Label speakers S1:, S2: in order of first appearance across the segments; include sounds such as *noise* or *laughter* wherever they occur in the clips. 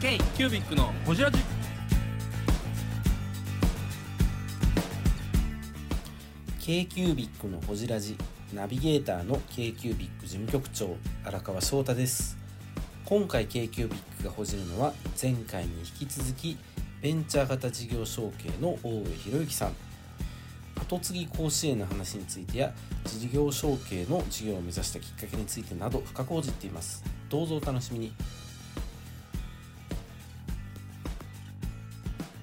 S1: K キュービックのホジラジ
S2: ー k ービックのほじラジナビゲーターの k ービック事務局長荒川翔太です今回 k ービックがほじるのは前回に引き続きベンチャー型事業承継の大上博之さん後継ぎ甲子園の話についてや事業承継の事業を目指したきっかけについてなど深く報じっていますどうぞお楽しみに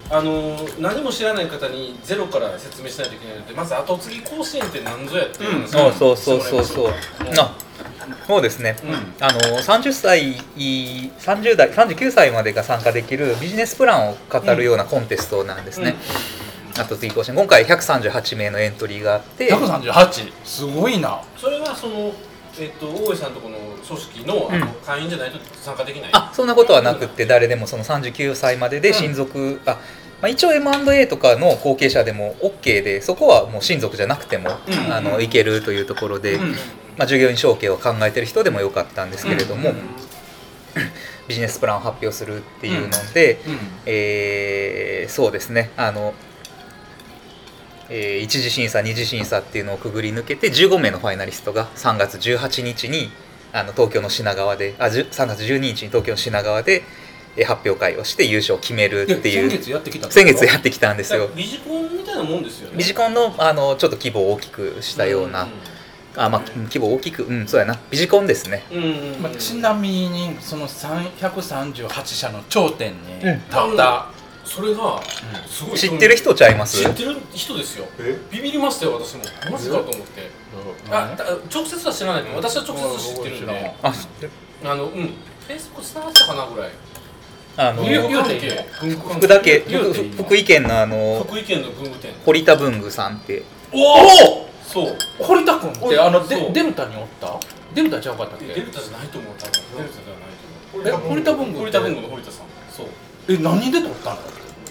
S2: あのー何も知らない方にゼロから説明しないといけないのでまず後継ぎ甲子園って何ぞやっていう話を
S3: そうそうそうそう
S2: して
S3: そ
S2: も
S3: う
S2: らいましょうか
S3: あそうですね
S2: うん
S3: あの30歳30代39歳までが参加できるビジネスプランを語るようなコンテストなんですね、あと次更新今回138名のエントリーがあって
S4: 138すごいな
S2: それはその、えっと、大江さんとこの組織の,、あの会員じゃないと参加できない
S3: あそんなことはなくって誰でもその39歳までで親族、あまあ、一応 M&A とかの後継者でも OK でそこはもう親族じゃなくても、
S4: うん
S3: あのいけるというところで、まあ、従業員承継を考えてる人でもよかったんですけれども、ビジネスプランを発表するっていうので、えーそうですねあの、えー一次審査二次審査っていうのをくぐり抜けて15名のファイナリストが3月18日にあの東京の品川であじゅ3月12日に東京の品川でえー発表会をして優勝を決めるっていう
S4: 先月やってきた
S3: 先月やってきたんですよ
S2: ビジコンみたいなもんですよね
S3: ビジコンのあのちょっと規模を大きくしたような、
S2: ん
S3: あまあ規模大きくうんそうやなビジコンですね
S2: うんうんうん
S4: まあちなみにその138社の頂点に立った、
S2: それがすごい、
S3: 知ってる人ちゃいます
S2: 知ってる人ですよビビりましたよ私もマジかと思ってあだ直接は知らないけど私は直接知ってるんで
S3: あ知ってる
S2: あのうんフェイスブックつながってたかなぐらい
S3: あの
S4: ゆ
S2: 言うていい
S3: 福田家
S4: 言うていいの
S3: 福井県のあの
S2: 福井県の文具店
S3: 堀田文具さんって
S4: おお
S2: そう
S4: 堀田君ってあので
S2: そう
S4: デルタにおったデルタちゃうかったっ
S2: デ
S4: け
S2: ルタじゃないと思う多分デルタじゃないと思
S4: え
S2: う
S4: 堀田文具
S2: 堀田文具の堀田さんそう
S4: え何で取ったの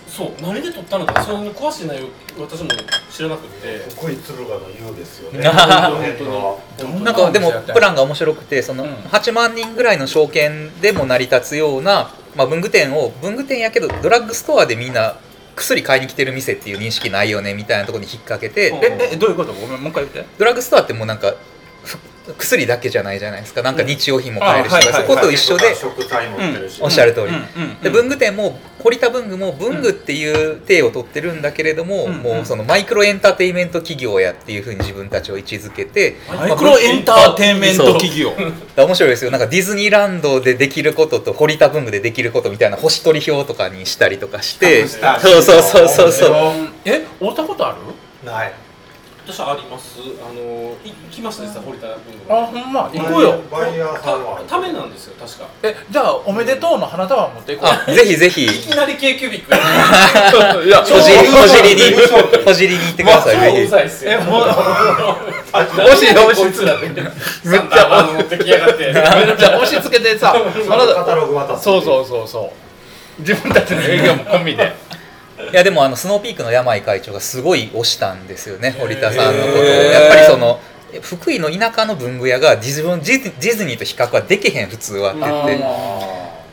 S2: そう何で撮ったのかその詳しい内容私も知らなくて
S5: こい鶴がの言うですよね。
S3: あ
S2: ー
S5: 本
S4: どん
S3: なんかでもプラ
S4: ン
S3: ンが面白くてその
S4: うん
S3: 8万人ぐらいの証券でも成り立つような、まあ、文具店を文具店やけどドラッグストアでみんな薬買いに来てる店っていう認識ないよねみたいなところに引っ掛けて、
S2: うん
S3: で
S4: ええどういうことごめんもう一回言って
S3: ドラッグストアってもうなんかふ薬だけじゃないじゃないですかなんか日用品も買える
S4: う
S3: し、
S4: んあはいはい
S3: そこと一緒で、
S5: 食材持ってるし。
S3: おっしゃる通り、
S4: うんうんうん
S3: で文具店も堀田文具も文具っていう体を取ってるんだけれども、
S4: うん
S3: もうそのマイクロエンターテインメント企業やっていうふうに自分たちを位置づけて、
S4: マイクロエンターテインメント企業
S3: だから面白いですよなんかディズニーランドでできることと堀田文具でできることみたいな星取り表とかにしたりとかして
S5: スター
S3: そうそうそうそうそう
S4: えおったことある
S5: ない。
S2: 私はありますあのい行きましたねさ堀田文具
S4: あ
S2: は
S4: ほんま行こうよ
S5: バイヤーさん
S2: た
S5: は。
S2: ためなんですよ確か
S4: えじゃあおめでとうの花束持っていこう
S3: あぜひぜひ
S2: いきなり K キュービックや
S4: い *laughs* や
S3: ほじりほじりに
S5: そうそうそう
S3: ほじりに行ってください
S2: 超う
S3: ぜ
S2: ざいっすよ
S4: えもう
S2: もしどうしこいつらでめっちゃ持ってきやがっ
S4: め
S2: て
S4: っちゃ押し付けてさ花
S5: カタ
S4: 束
S5: ログ渡す。
S4: そう
S5: う。
S4: そうそうそう自分たちの営業も込みで
S3: ひいやでもあのスノーピークの山井会長がすごい推したんですよね堀田さんのことを
S4: へー
S3: やっぱりその福井の田舎の文具屋がディズボンディズディズニーと比較はできへん普通はって言って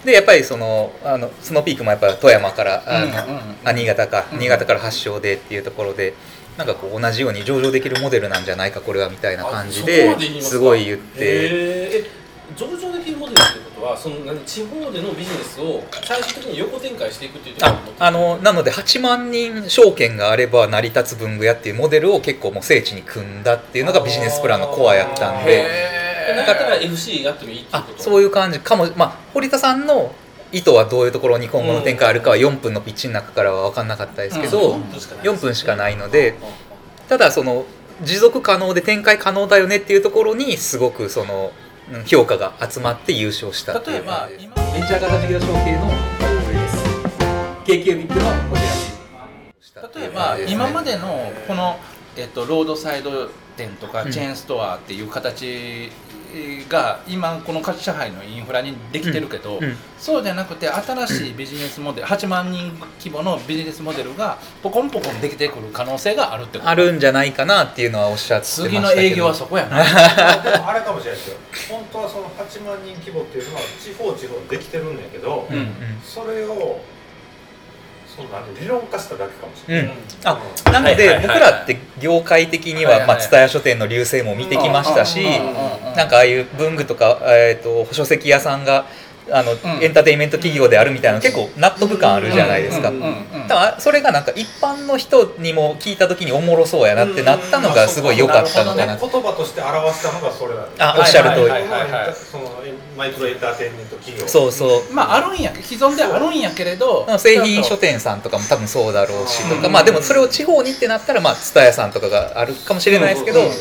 S3: でやっぱりそのあのスノーピークもやっぱ富山からあの、
S4: うんうんうん
S3: あ新潟か、
S4: うん
S3: 新潟から発祥でっていうところでなんかこう同じように上場できるモデルなんじゃないかこれはみたいな感
S2: あ
S3: じ
S2: そこ
S3: で
S2: まで言いますか
S3: すごい言っ
S2: へー
S3: て
S2: え上場できるモデルってことはその何地方でのビジネスを最終的に横展開していくっていうところ
S3: あ
S2: も
S3: あのなので8万人証券があれば成り立つ文具屋っていうモデルを結構もう聖地に組んだっていうのがビジネスプランのコアやったんで
S2: えな
S4: へ
S2: んかったら FC やってもいいっていう
S3: あ
S2: こと
S3: そういう感じかも、まあ、堀田さんの意図はどういうところに今後の展開あるかは4分のピッチの中からは分かんなかったですけど、
S4: うん
S2: 分しかない
S3: 4分しかないのでただその持続可能で展開可能だよねっていうところにすごくそのうん評価が集まって優勝したって
S4: え
S3: い
S4: 例え
S3: う
S4: ば
S3: 感じです
S4: 今
S3: ベンチャー型事業承継のです k q ビッグのこちら
S4: 例えば今までのこの、えっと、ロードサイド店とかチェーンストアっていう形が今この各社杯のインフラにできてるけど、
S3: うん
S4: そうじゃなくて新しいビジネスモデル8万人規模のビジネスモデルがポコンポコンできてくる可能性があるってこと
S3: あるんじゃないかなっていうのはおっしゃってましたけど
S4: 次の営業はそこやな
S5: で *laughs* もあれかもしれないですよ本当はその8万人規模っていうのは地方地方できてるんやけど、
S4: うん
S5: それをそのなんて理論化しただけかもし
S3: うん、う
S5: れない、
S3: んあなの
S4: はいはい
S3: で
S4: はい
S3: 僕らって業界的に
S4: はい
S3: は
S4: はい
S3: まあ蔦屋書店の流星も見てきましたし
S4: うんうんうんうん
S3: なんかああいう文具とか、えー、と書籍屋さんがあの、
S4: うん
S3: エンターテインメント企業であるみたいな結構納得感あるじゃないですか。
S4: うんうんうん
S3: だからそれがなんか一般の人にも聞いた時におもろそうやなってなったのがすごい良かったのかな
S5: るほどね言葉として表したのがそれなんだ
S3: あおっしゃる通り
S5: はいはいはい
S4: はいはい
S5: そのマイクロエンターテインメント企業
S3: そうそう
S4: まああるんや既存であるんやけれど
S3: なんか製品書店さんとかも多分そうだろうしとか、
S4: うん
S3: まあでもそれを地方にってなったらまあ蔦屋さんとかがあるかもしれないですけど、
S4: うんうんうん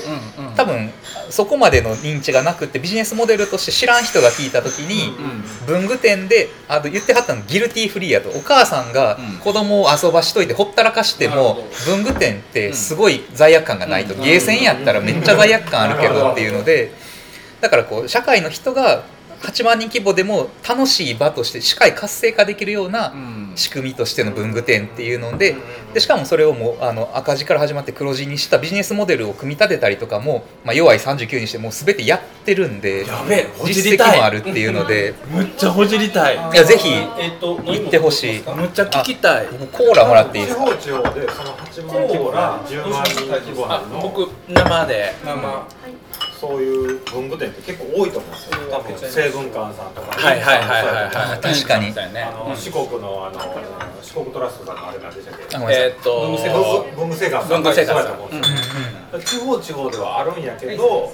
S3: 多分そこまでの認知がなくってビジネスモデルとして知らん人が聞いた時に、
S4: うん
S3: 文具店であの言ってはったのギルティーフリーやとお母さんが
S4: うん
S3: 子供を遊ばしといてほったらかして
S4: なる
S3: も
S4: ほ
S3: 文具店ってすごい罪悪感がないと
S4: うん
S3: ゲーセンやったらめっちゃ罪悪感あるけどっていうのでだからこう社会の人が8万人規模でも楽しい場として社会活性化できるような
S4: うん
S3: 仕組みとしての文具店っていうのででし
S5: も
S3: かもそれをもうあの赤字から始まって黒字にしたビジネスモデルを組み立てたりとかも、まあ、弱い39にしてもう全てやってるんで
S4: やべえほじ
S3: 実
S4: りた
S3: 績
S4: い
S3: もあるっていうので
S4: むっちゃほじりたい
S3: いやぜひ
S6: えっと
S3: 行ってほしい
S4: むっちゃ聞きたい
S3: もうコーラもらっていいですか
S5: 地方地方でその8万規模な10万人規模な
S4: あ
S5: の
S4: 僕生で
S5: 生そういう文具店って結構多いと思うんですよ多分成文館さんとか
S4: はいはいはいはいはい
S3: 確かに
S4: そうやね
S5: あの四国のあの四国トラストさんのあれなんでしたっけ
S3: あごめんなさい
S4: えーっと
S5: 文具セガ
S4: 文具セガ
S5: さ
S4: さ
S5: ん
S4: ん
S5: と思うんですよ地方地方ではあるんやけど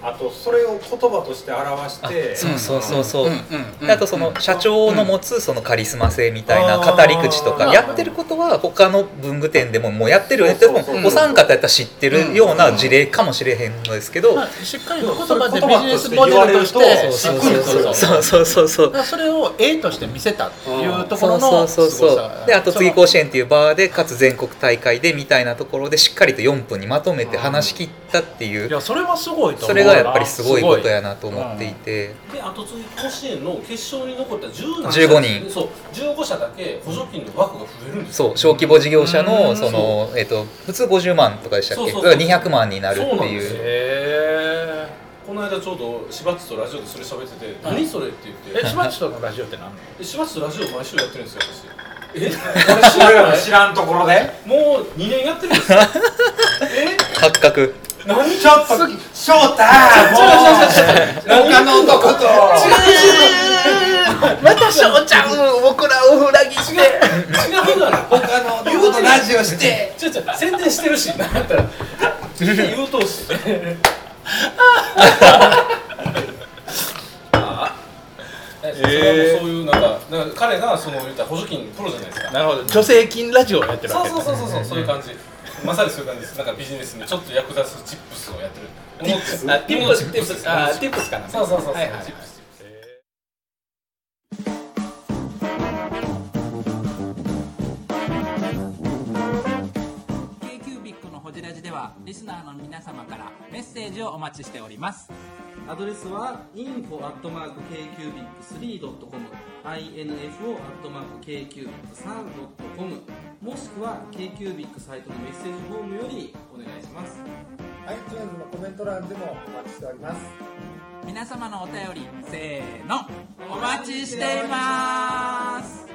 S5: あとそれを言葉として表して
S3: そうそうそうそう、
S4: うんうんうん
S3: であとその社長の持つそのカリスマ性みたいな語り口と
S5: うん
S3: かやってることは他の文具店でももうやってるよねって
S5: そうそうそう
S3: お三方やったら知ってるような事例かもしれへんのですけど、
S4: まあしっかり
S5: で
S4: 言
S5: もそれ
S4: 葉でビジネスモデルとして
S5: 言われると
S4: し
S3: そ
S4: っ
S3: う
S4: くりく
S3: そう
S4: る
S3: そう
S4: と
S3: そうそうそうそう
S4: だからそれを A として見せたっていうところ
S3: そ
S4: の
S3: うそうそう
S4: すご
S3: そう
S4: さ
S3: であと次
S4: その
S3: 甲子園っていうバーでかつ全国大会でみたいなところでしっかりと4分にまとめて話し切ったってい
S4: いうやそれはすごいと思う
S3: それがやっぱりすごいことやなと思っていて
S2: で後継ぎ甲子園の決勝に残った10
S3: 15人
S2: そう15社だけ補助金の枠が増えるんですよ
S3: そう小規模事業者
S4: う
S3: の
S4: ん
S3: そのえっと普通50万とかでしたっけ
S2: そ
S3: だ
S2: う
S3: か
S2: そう
S3: ら
S2: そう
S3: 200万になるって
S2: そうなん
S3: い
S2: です
S3: う
S2: よ
S4: へ
S2: この間ちょうど柴田とラジオでそれ喋ってて「何それ?」って言っ
S4: え
S2: て
S4: え柴地とのラジオって何
S2: え柴田とラジオ毎週やってるんですよ
S3: *laughs*
S2: 私え
S5: 俺らの知らんところで
S2: もう2年やってるんですよえ
S3: 発覚
S5: 何ちょっと翔太もう中の男と
S4: またしょうちゃん僕らを裏切って
S2: 違うがな
S5: 他の男とラジオして
S2: ちょちょ宣伝してるしなんやったら言うとうし
S4: *laughs*
S2: えそれはもうそういうなんかなんか彼がその言ったら補助金プロじゃないですか
S4: なるほど助成金ラジオをやってるわ
S2: そう
S4: け
S2: そうそうそうそうそういう感じまさにそういう感じですなんかビジネスにちょっと役立つチップスをやってるティップス
S4: あティップス
S2: ティップス
S4: あ
S2: あ
S4: ティップスかな
S2: そうそうそうそう
S4: はいはい
S2: チップス
S7: ケイキュービックのホジラジではリスナーの皆様からメッセージをお待ちしております。
S8: アドレスは info.kcubic3.com info.kcubic3.com もしくは KQBIC サイトのメッセージフォームよりお願いします
S7: 皆様のお便り、せーの、お待ちしています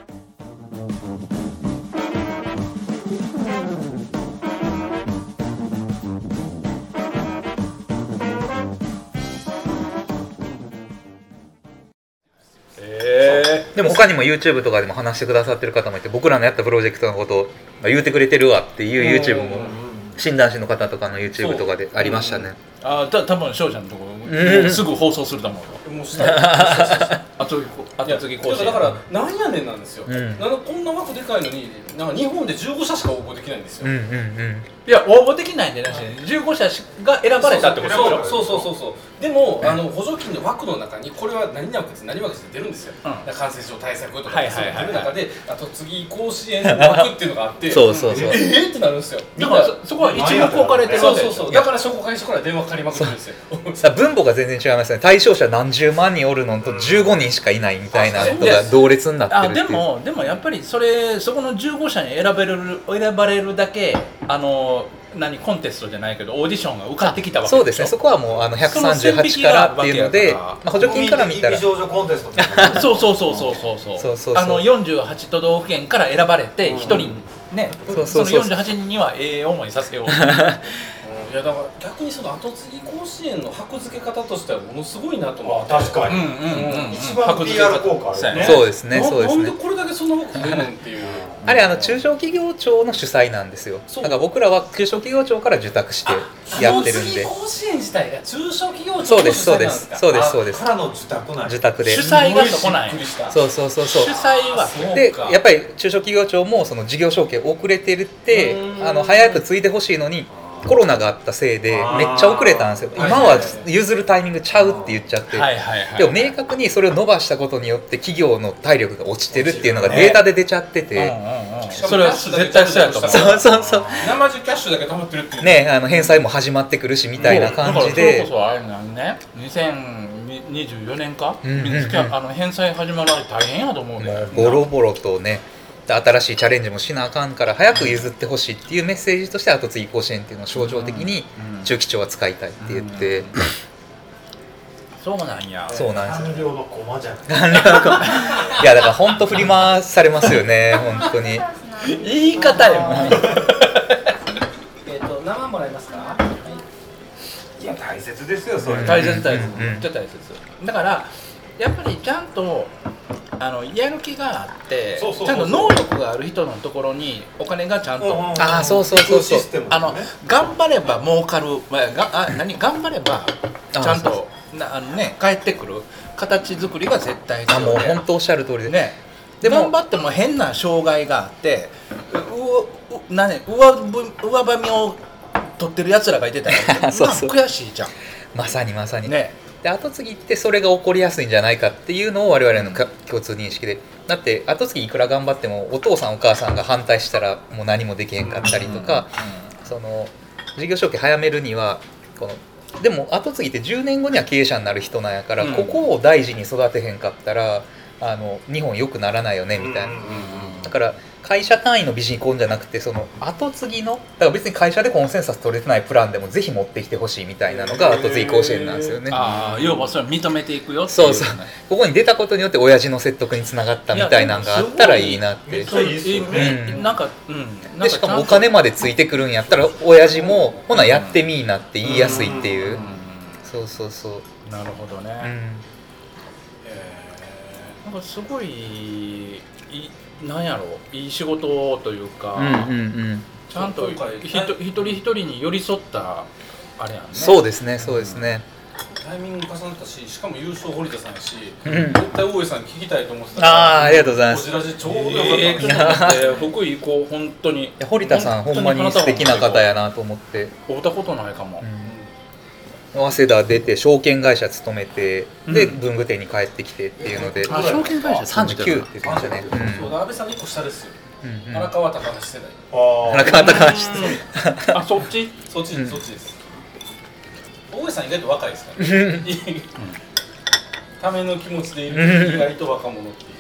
S3: でも他にも YouTube とかでも話してくださってる方もいて僕らのやったプロジェクトのことを言うてくれてるわっていう YouTube も診断士の方とかの YouTube とかでありましたね
S4: あた多分翔ちゃんのところも
S3: ん
S4: うすぐ放送すると思うよ
S2: もうしたい
S4: あとあ
S2: いや
S4: と次甲子園
S2: だからなんやねんなんですよ、
S3: ん
S2: なんかこんな枠でかいのになんか日本で15社しか応募できないんですよ、
S3: うんうんうん
S4: いや応募できないんでなしに15社しが選ばれたってことでしょ
S2: そうそうそうそうそうでも、あの補助金の枠の中にこれは何枠です何枠ですって出るんですよ、
S4: うん
S2: だから感染症対策とか
S4: はい
S2: 出
S4: はいはいはい
S2: る中であと次甲子園の枠っていうのがあって
S3: そうそうそう
S2: ええーってなるんですよみ
S4: だ
S2: ん
S4: から
S2: な
S4: そそこは一目置かれてる
S2: そ
S4: わ
S2: う
S4: け
S2: そ
S4: で
S2: う
S4: すよ
S2: そうだから商工会社から電話かかりまくってるんですよ
S3: さあ分母が全然違いますね対象者何十万人おるのと15人しかいないみたいなのが同列になって
S4: あ
S3: るっ
S4: で
S3: ていう
S4: もでもやっぱりそれそこの15社に選べる選ばれるだけあの何コンテストじゃないけどオーディションが受かってきたわけ
S3: そうで
S4: し
S3: す
S4: ょ
S3: ねそこはもうあの
S4: その線引
S3: 138
S4: き
S3: か
S4: が
S3: らっていうので、
S4: わけやから
S3: まあ、補助金から見たら
S5: 美少女コンテストみたいな
S4: そうそうそうそうそうそう
S3: そうそうそう
S4: あの48都道府県から選ばれて1人ね、
S3: そう
S4: そ
S3: そう
S4: の
S3: そう
S4: 48人にはええ思いさせよう
S2: うんいやだから逆にその後継ぎ甲子園の箔付け方としてはものすごいなと思
S5: あ
S2: って
S5: 確か
S4: うんうんう
S5: に、
S4: ん、うん、
S5: 一番 PR 効果ある
S4: そうやね
S3: そうですね
S2: な
S3: そうです
S2: な
S3: ね
S2: んでこれだけそんな枠増えるんっていう
S3: あれあの中小企業庁の主催なんですよ
S2: そ
S3: だ
S2: う
S3: から僕らは中小企業庁から受託してやってるん
S2: 後継ぎ
S3: で
S2: 甲子園自体が中小企業
S3: そうですそうですそうですそうです
S5: からの受託なんや
S3: 受託で
S4: 主催がそこない
S2: びっくりした
S3: そうそうそうそう
S4: 主催は
S2: そう
S3: で
S2: か
S3: やっぱり中小企業庁もその事業承継遅れてるって
S2: うん
S3: あの早く継いでほしいのにコロナがあったせいで
S5: あー
S3: めっちゃ遅れたんですよ今
S2: はい
S3: は譲るタイミングちゃうって言っちゃって
S4: はいはいはい
S3: でも明確にそれを伸ばしたことによって企業の体力が落ちてるっていうのがデータで出ちゃって
S4: うん
S3: て
S4: うんうん、それは絶対そうやと思う
S2: しかも
S3: そうそうそう
S2: 生中キャッシュだけ溜まってるっていう
S3: ねあの返済も始まってくるしみたいな
S4: だ
S3: 感じ
S4: からそれこ
S3: で
S4: そあれなんね2024年か、
S3: うんうんうん
S4: 水木はあの返済始まるのに大変やと思うね、
S3: もうボロボロとね新しいチャレンジもしなあかんから早く譲ってほしいっていうメッセージとして後継ぎ甲子園っていうのを象徴的に
S4: うん
S3: 中期長は使いたいって言って。
S4: そうなんや
S3: そうなんですよ。
S5: 官僚の駒じゃん
S3: いやだから本当振り回されますよね、本当に。
S4: 言い方やもん
S6: *laughs* えっ、と生もらいますか
S5: いや大切ですよそれ、
S4: 大切大切
S3: うん
S4: めっちゃ大切だからやっぱりちゃんとあのやる気があって
S5: そうそうそうそう
S4: ちゃんと能力がある人のところにお金がちゃんと、
S3: *laughs* あーそうそうそうそう
S5: システム
S4: あの頑張れば儲かる、まあ、があ何頑張ればち
S3: あ
S4: ゃん
S3: そ
S4: となあの、ね、帰ってくる形作りが絶対必
S3: あもう
S4: 要で
S3: 本当おっしゃる通りで。
S4: ね、
S3: でも
S4: 頑張っても変な障害があってうう何上上ばみを取ってるやつらがいてたら
S3: *laughs* そうそう
S4: まあ悔しいじゃん
S3: まさにまさに。
S4: ね
S3: で後継ぎってそれが起こりやすいんじゃないかっていうのを我々のか共通認識で。だって後継ぎいくら頑張ってもお父さんお母さんが反対したらもう何もできへんかったりとか、その事業承継早めるにはこの。でも後継ぎって10年後には経営者になる人なんやから、
S4: うん
S3: ここを大事に育てへんかったらあの日本良くならないよねみたいな、だから会社単位のビジコンじゃなくてその後継ぎのだから別に会社でコンセンサス取れてないプランでもぜひ持ってきてほしいみたいなのが後継ぎ甲子園なんですよね。
S4: ああ要はそれを認めていくよってい
S3: そう
S4: う
S3: そうここに出たことによって親父の説得につながったみたいなのがあったらいいなって
S5: やでもすごいいいっすよね
S4: うんなんかうんなん
S3: でしかもお金までついてくるんやったら親父もほなやってみーなって言いやすいっていううんそうそうそう
S4: なるほどね、
S3: うん
S4: なんかすごいいいなんやろいい仕事というか、
S3: うんうんうん
S4: ちゃんとひ
S2: 今回
S4: と一人一人に寄り添ったあれやんね
S3: そうですねそうですね
S2: タイミング重なったししかも優勝堀田さんやし、
S3: うん
S2: 絶対大江さん聞きたいと思ってた
S3: ああありがとうございま
S2: こ
S3: す
S2: じらじちょうどよかったん
S4: ええ
S2: で
S4: ち
S2: す
S4: ょ
S2: よ
S4: っと待って福井こう本当に
S3: いや堀田さんほんまに素敵な方やなと思って、
S4: 会ったことないかも、
S3: 早稲田出て証券会社勤めて、で
S4: うん
S3: 文具店に帰ってきてっていうので、
S4: あ証券会社
S3: 39って言ってましたね、
S2: そうだ安倍さんの一個下ですよ、
S3: うんうんうん
S2: 荒川高橋世代
S5: あ
S3: 荒川高橋
S4: あそっち
S2: そっち、
S3: うん
S2: そっちです大江さん意外と若いですから、ね、ための気持ちでいる意外と若者っていう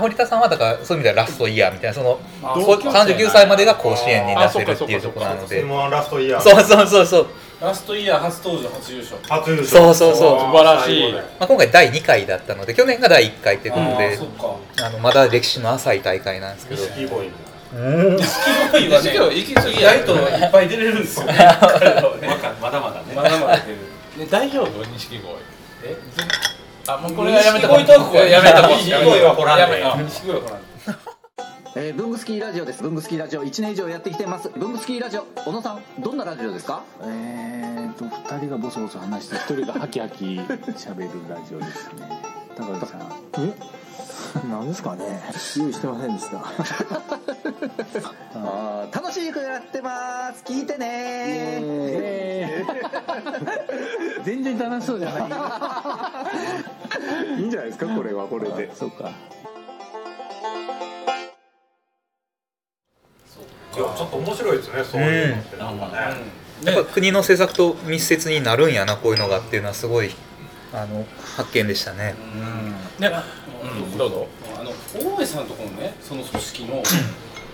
S3: 堀田さんはだからそういう意味ではラストイヤーみたいなその
S4: あ
S3: こ
S4: 同級生
S3: 39歳までが甲子園に出せるっていうところなので
S5: M1 ラストイヤー
S3: そうそうそうそう
S2: ラストイヤー初登場初優勝
S5: 初優勝
S3: そうそうそう
S4: 素晴らしい
S5: 最後で
S3: まあ、今回第2回だったので去年が第1回ってこと
S2: ああ
S3: で
S2: そっか
S3: あのまだ歴史の浅い大会なんですけど
S5: 錦鯉
S2: 錦鯉はね
S4: 行き過
S2: 意外といっぱい出れるんで
S4: *laughs*
S2: すよね彼らはね
S5: まだまだ
S2: まだまだ出る
S4: 大丈夫錦鯉
S2: え
S4: あもうこれはやめた
S2: 錦鯉トークは
S4: やめたこ
S2: 錦鯉は
S5: ほらんね
S4: やめた
S2: 錦鯉はこれ
S9: えー、文具スキーラジオです文具スキーラジオ1年以上やってきてます文具スキーラジオ小野さんどんなラジオですかえーと2人がボソボソ話して1人がハキハキ喋るラジオですね *laughs* 高橋さんえ何ですかね用意してませんでしたあー楽しい曲やってます聞いてね
S10: 全然楽しそうじゃない
S11: いいんじゃないですかこれはこれで
S10: そうか
S5: いやちょっと面白いですねそういうのってなんかね、
S3: やっぱ国の政策と密接になるんやなこういうのがっていうのはすごいあの発見でしたね。
S4: ね、うん、どうぞ
S2: あの大江さんのところのねその組織の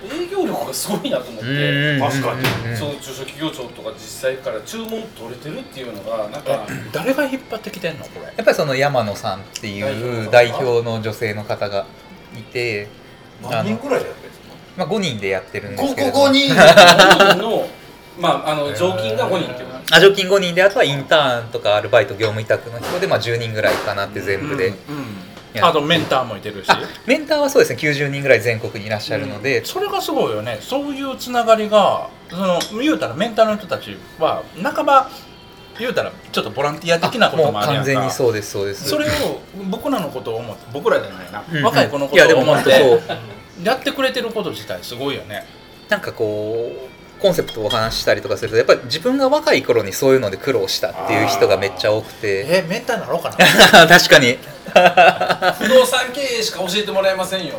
S2: 営業力がすごいなと思っ
S3: う
S2: て
S3: ん
S5: 確かに
S2: その中小企業庁とか実際から注文取れてるっていうのがな
S4: *laughs*
S2: んか
S4: 誰が引っ張ってきてんのこれ
S3: やっぱりその山野さんっていう代表の女性の方がいて、
S5: 何人ぐらいでやってるんですか
S3: まあ、5人でやってるんですけれども
S2: 5
S5: *laughs*
S2: 人のまああの常勤が5人っていう
S3: あ常勤5人であとはインターンとかアルバイト業務委託の人で、まあ、10人ぐらいかなって全部で、や
S4: あとメンターもいてるし
S3: あメンターはそうですね90人ぐらい全国にいらっしゃるので、
S4: それがすごいよねそういうつながりがその言うたらメンターの人たちは半ば言うたらちょっとボランティア的なこと
S3: もう
S4: もあるや
S3: 完
S4: んか
S3: 全にそうですそうです
S4: それを僕らのことを思って僕らじゃないな、
S3: うんうん
S4: 若い子のこ
S3: いやで
S4: とを
S3: も
S4: 思
S3: 本
S4: って
S3: 当そう
S4: やってくれてること自体すごいよね
S3: なんかこうコンセプトをお話ししたりとかするとやっぱり自分が若い頃にそういうので苦労したっていう人がめっちゃ多くて
S4: えメンターになろうかな
S3: *laughs* 確
S4: *laughs*
S3: かに
S2: 不動産経営しか教えてもらえません
S3: *laughs*
S2: よ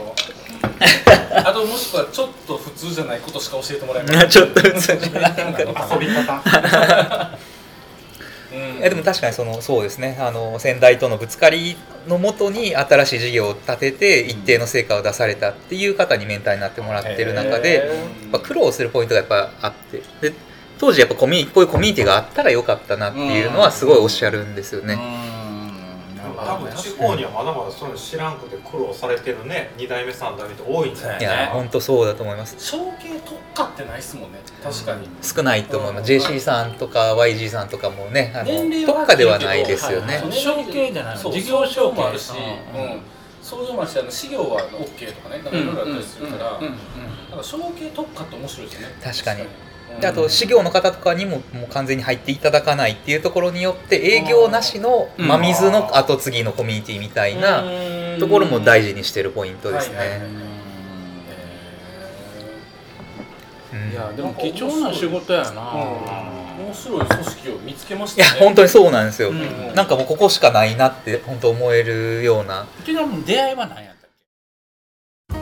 S2: あともしくはちょっと普通じゃないことしか教えてもらえません
S3: *laughs* ちょっと嘘じゃない
S5: 遊び方
S2: うん
S3: えでも確かにそのそうですねあの先代とのぶつかりのもとに新しい事業を立てて一定の成果を出されたっていう方にメンターになってもらってる中で、やっぱ苦労するポイントがやっぱあってで当時やっぱコミュニこういうコミュニティがあったらよかったなっていうのはすごいおっしゃるんですよね。
S5: 多分地方にはまだまだそういうの知らんくて苦労されてるね2代目3代目って多いんじゃない
S3: いや本当そうだと思います
S2: 承継特化ってないっすもんね確かに
S3: 少ないと思います、
S2: うん
S3: JC さんとか YG さんとかもねあ
S2: 年齢
S3: の
S2: は
S3: 特化ではないですよ
S2: はい
S3: ね
S2: は。い
S4: 承継じゃないの
S2: そう
S4: 事業承継
S2: もあるし、
S4: う
S2: うんんそういうのもあるしあの資料は OK とかねなんかいろいろあったりするから、なんか承継特化って面白いですよね
S3: 確かに
S2: うん
S3: であと事業の方とかにももう完全に入っていただかないっていうところによって営業なしの
S4: うん
S3: 真水の後継ぎのコミュニティみたいな
S2: うん
S3: ところも大事にしてるポイントです
S2: はいはいは
S3: ね
S2: い。
S3: うん
S4: いやでも貴重な仕事やな、
S2: うん面白い組織を見つけまし
S3: いや
S2: たね
S3: 本当にそうなんですよ、
S4: ん
S3: なんかもうここしかないなって本当思えるような
S4: ちなみに出会いは何やったっ